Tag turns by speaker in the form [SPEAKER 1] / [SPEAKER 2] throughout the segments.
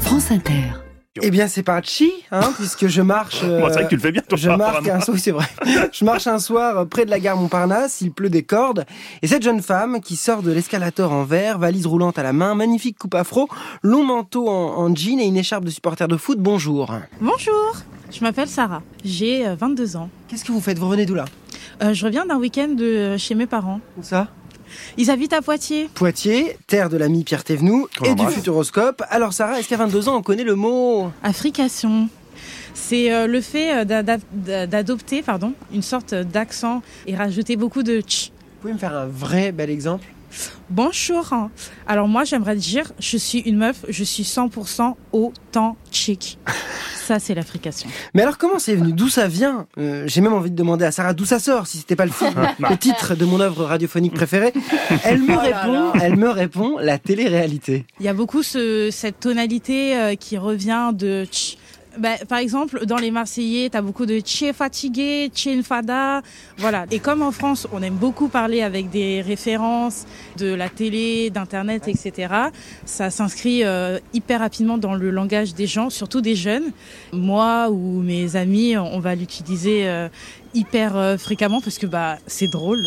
[SPEAKER 1] France Inter.
[SPEAKER 2] Eh bien, c'est pas chi, hein, puisque je marche. euh,
[SPEAKER 3] Bon, c'est vrai que tu le fais bien, toi.
[SPEAKER 2] je
[SPEAKER 3] par
[SPEAKER 2] marche
[SPEAKER 3] rapport à
[SPEAKER 2] un
[SPEAKER 3] moi.
[SPEAKER 2] soir, c'est vrai. Je marche un soir euh, près de la gare Montparnasse, il pleut des cordes, et cette jeune femme qui sort de l'escalator en verre, valise roulante à la main, magnifique coupe afro, long manteau en, en jean et une écharpe de supporter de foot. Bonjour.
[SPEAKER 4] Bonjour, je m'appelle Sarah, j'ai euh, 22 ans.
[SPEAKER 2] Qu'est-ce que vous faites Vous revenez d'où là
[SPEAKER 4] Euh, je reviens d'un week-end de, euh, chez mes parents.
[SPEAKER 2] Où ça
[SPEAKER 4] Ils habitent à Poitiers.
[SPEAKER 2] Poitiers, terre de l'ami Pierre Thévenoud
[SPEAKER 3] Qu'on
[SPEAKER 2] et du
[SPEAKER 3] embrasse.
[SPEAKER 2] futuroscope. Alors Sarah, est-ce qu'à 22 ans on connaît le mot
[SPEAKER 4] Africation. C'est euh, le fait euh, d'ada- d'a- d'adopter pardon, une sorte d'accent et rajouter beaucoup de tch.
[SPEAKER 2] Vous pouvez me faire un vrai bel exemple
[SPEAKER 4] Bonjour. hein. Alors moi j'aimerais dire je suis une meuf, je suis 100% authentique. Ça c'est l'africation.
[SPEAKER 2] Mais alors comment c'est venu D'où ça vient Euh, J'ai même envie de demander à Sarah d'où ça sort si c'était pas le film, le titre de mon œuvre radiophonique préférée. Elle me répond, elle me répond la télé-réalité.
[SPEAKER 4] Il y a beaucoup ce- cette tonalité euh, qui revient de tch. Bah, par exemple, dans les Marseillais, tu as beaucoup de tché fatigué, tché infada. Voilà. Et comme en France, on aime beaucoup parler avec des références de la télé, d'Internet, etc., ça s'inscrit euh, hyper rapidement dans le langage des gens, surtout des jeunes. Moi ou mes amis, on va l'utiliser euh, hyper euh, fréquemment parce que bah, c'est drôle.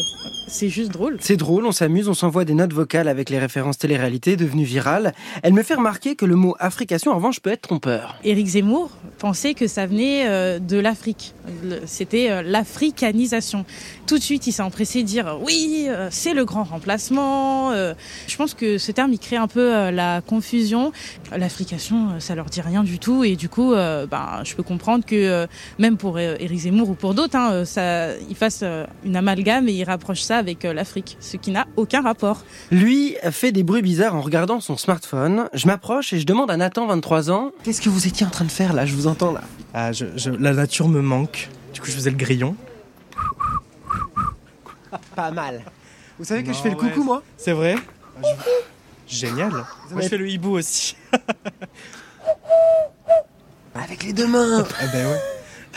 [SPEAKER 4] C'est juste drôle.
[SPEAKER 2] C'est drôle, on s'amuse, on s'envoie des notes vocales avec les références télé-réalité devenues virales. Elle me fait remarquer que le mot africation en revanche peut être trompeur.
[SPEAKER 4] Éric Zemmour pensait que ça venait euh, de l'Afrique. Le- C'était euh, l'africanisation. Tout de suite, il s'est empressé de dire oui, euh, c'est le grand remplacement. euh. Je pense que ce terme, il crée un peu euh, la confusion. L'africation, euh, ça leur dit rien du tout. Et du coup, euh, ben, je peux comprendre que euh, même pour euh, Éric Zemmour ou pour d'autres, hein, euh, ça, ils fassent euh, une amalgame et ils rapprochent ça avec euh, l'Afrique, ce qui n'a aucun rapport.
[SPEAKER 2] Lui fait des bruits bizarres en regardant son smartphone. Je m'approche et je demande à Nathan, 23 ans, qu'est-ce que vous étiez en train de faire là Je vous entends là.
[SPEAKER 5] Ah, je, je- la nature me manque. Du coup, je faisais le grillon.
[SPEAKER 2] Pas mal. Vous savez
[SPEAKER 5] que je fais le coucou,
[SPEAKER 2] moi
[SPEAKER 5] C'est vrai Je- Génial. Moi, je fais le hibou aussi.
[SPEAKER 2] Avec les deux mains.
[SPEAKER 5] Ah ben ouais.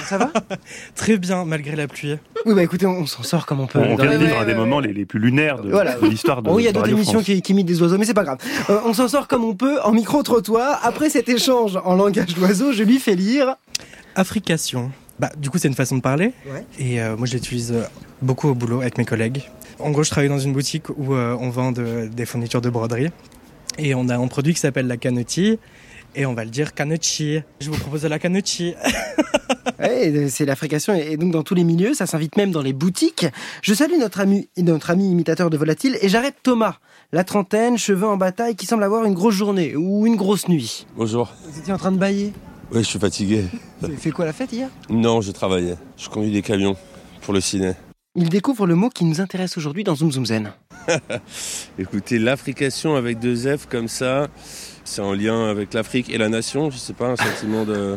[SPEAKER 2] Ça va
[SPEAKER 5] Très bien, malgré la pluie.
[SPEAKER 2] Oui, bah écoutez, on s'en sort comme on peut.
[SPEAKER 3] On
[SPEAKER 2] Dans
[SPEAKER 3] vient de
[SPEAKER 2] la-
[SPEAKER 3] vivre un des moments les, les plus lunaires de,
[SPEAKER 2] Voilà.
[SPEAKER 3] de l'histoire de
[SPEAKER 2] Bon, Bah il y a
[SPEAKER 3] de
[SPEAKER 2] d'autres
[SPEAKER 3] Radio
[SPEAKER 2] émissions
[SPEAKER 3] France.
[SPEAKER 2] qui, qui imitent des oiseaux, mais c'est pas grave. Euh, on s'en sort comme on peut en micro-trottoir. Après cet échange en langage d'oiseau, je lui fais lire.
[SPEAKER 5] Africation. Bah, du coup, c'est une façon de parler.
[SPEAKER 2] Ouais.
[SPEAKER 5] Et euh, moi, je l'utilise euh, beaucoup au boulot avec mes collègues. En gros, je travaille dans une boutique où euh, on vend de- des fournitures de broderie. Et on a un produit qui s'appelle la canotille. Et on va le dire canotille. Je vous propose de la canotille.
[SPEAKER 2] Ouais, et c'est l'africation et donc dans tous les milieux, ça s'invite même dans les boutiques. Je salue notre ami, notre ami imitateur de volatile et j'arrête Thomas, la trentaine, cheveux en bataille, qui semble avoir une grosse journée ou une grosse nuit.
[SPEAKER 6] Bonjour.
[SPEAKER 2] Vous étiez en train de bailler.
[SPEAKER 6] Oui, je suis fatigué.
[SPEAKER 2] Vous avez fait quoi la fête hier
[SPEAKER 6] Non, je travaillais. Je conduis des camions pour le ciné.
[SPEAKER 2] Il découvre le mot qui nous intéresse aujourd'hui dans Zoom Zoom Zen.
[SPEAKER 6] Écoutez, l'Africation avec deux F comme ça, c'est en lien avec l'Afrique et la nation. Je sais pas, un sentiment de.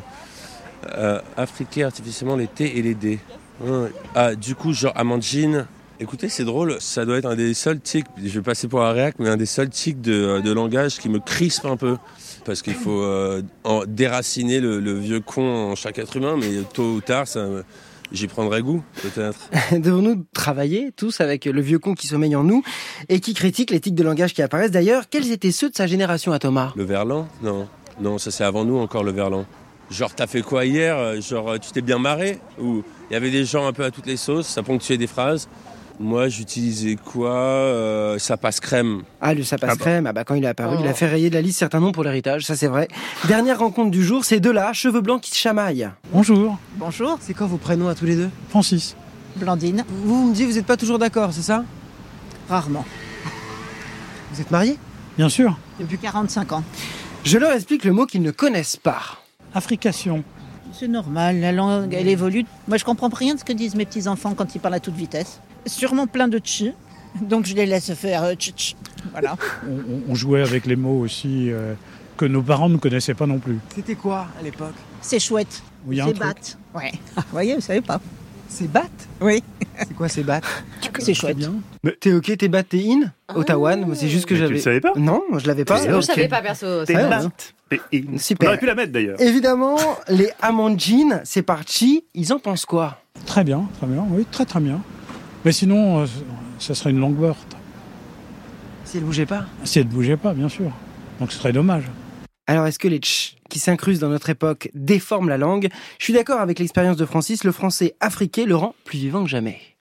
[SPEAKER 6] Euh, afriquer artificiellement les T et les D. Ouais. Ah, du coup, genre Amandine. Écoutez, c'est drôle, ça doit être un des seuls tics, je vais passer pour un réac, mais un des seuls tics de, de langage qui me crispe un peu. Parce qu'il faut euh, en- déraciner le, le vieux con en chaque être humain, mais tôt ou tard, ça, me- j'y prendrai goût, peut-être.
[SPEAKER 2] Devons-nous travailler tous avec le vieux con qui sommeille en nous et qui critique l'éthique de langage qui apparaissent D'ailleurs, quels étaient ceux de sa génération à Thomas
[SPEAKER 6] Le verlan Non. Non, ça c'est avant nous encore le verlan. Genre t'as fait quoi hier Euh, Genre euh, tu t'es bien marré Ou il y avait des gens un peu à toutes les sauces, ça ponctuait des phrases. Moi j'utilisais quoi Euh, Ça passe crème.
[SPEAKER 2] Ah, le ça passe
[SPEAKER 3] Ah bah.
[SPEAKER 2] crème. Ah bah, quand il est apparu, il a fait rayer de la liste certains noms pour l'héritage, ça c'est vrai. Dernière rencontre du jour, ces deux-là, cheveux blancs qui se chamaillent.
[SPEAKER 7] Bonjour,
[SPEAKER 2] Bonjour. C'est quoi vos prénoms à tous les deux
[SPEAKER 7] Francis.
[SPEAKER 8] Blandine,
[SPEAKER 2] Vous, vous me dites, vous n'êtes pas toujours d'accord, c'est ça
[SPEAKER 8] rarement.
[SPEAKER 2] Vous êtes mariés
[SPEAKER 7] Bien sûr,
[SPEAKER 8] Depuis 45 ans.
[SPEAKER 2] Je leur explique le mot qu'ils ne connaissent pas.
[SPEAKER 7] Africation.
[SPEAKER 8] C'est normal, la langue, elle évolue. Moi, je comprends rien de ce que disent mes petits-enfants quand ils parlent à toute vitesse. Sûrement plein de tch. Donc, je les laisse faire euh, tch tch. Voilà.
[SPEAKER 7] On, on- on jouait avec les mots aussi euh, que nos parents ne connaissaient pas non plus.
[SPEAKER 2] C'était quoi à l'époque
[SPEAKER 8] C'est chouette.
[SPEAKER 7] Il y a un
[SPEAKER 8] C'est
[SPEAKER 7] truc.
[SPEAKER 8] batte. Ouais. Ah, vous voyez, vous savez pas.
[SPEAKER 2] C'est bat
[SPEAKER 8] Oui.
[SPEAKER 2] C'est quoi c'est bat
[SPEAKER 8] C'est chouette.
[SPEAKER 2] T'es ok, t'es bat, t'es in Ottawa, mais c'est juste que
[SPEAKER 3] Mais tu le
[SPEAKER 2] j'avais.
[SPEAKER 3] savais pas
[SPEAKER 2] Non, je l'avais pas.
[SPEAKER 3] Mais
[SPEAKER 9] Je
[SPEAKER 3] non,
[SPEAKER 9] ne
[SPEAKER 3] Ok.
[SPEAKER 9] savais pas perso.
[SPEAKER 3] T'es
[SPEAKER 2] Ah,
[SPEAKER 3] là.
[SPEAKER 2] ouais.
[SPEAKER 3] Et- et-
[SPEAKER 2] Super.
[SPEAKER 3] On aurait pu la mettre d'ailleurs.
[SPEAKER 2] Évidemment, les Amandjines, c'est parti. Ils en pensent quoi
[SPEAKER 7] Très bien, très bien, oui, très très bien. Mais sinon, euh, ça serait une langue morte.
[SPEAKER 2] Si elle bougeait pas
[SPEAKER 7] Si elle ne bougeait pas, bien sûr. Donc ce serait dommage.
[SPEAKER 2] Alors est-ce que les tch qui s'incrustent dans notre époque déforment la langue Je suis d'accord avec l'expérience de Francis, le français africain le rend plus vivant que jamais.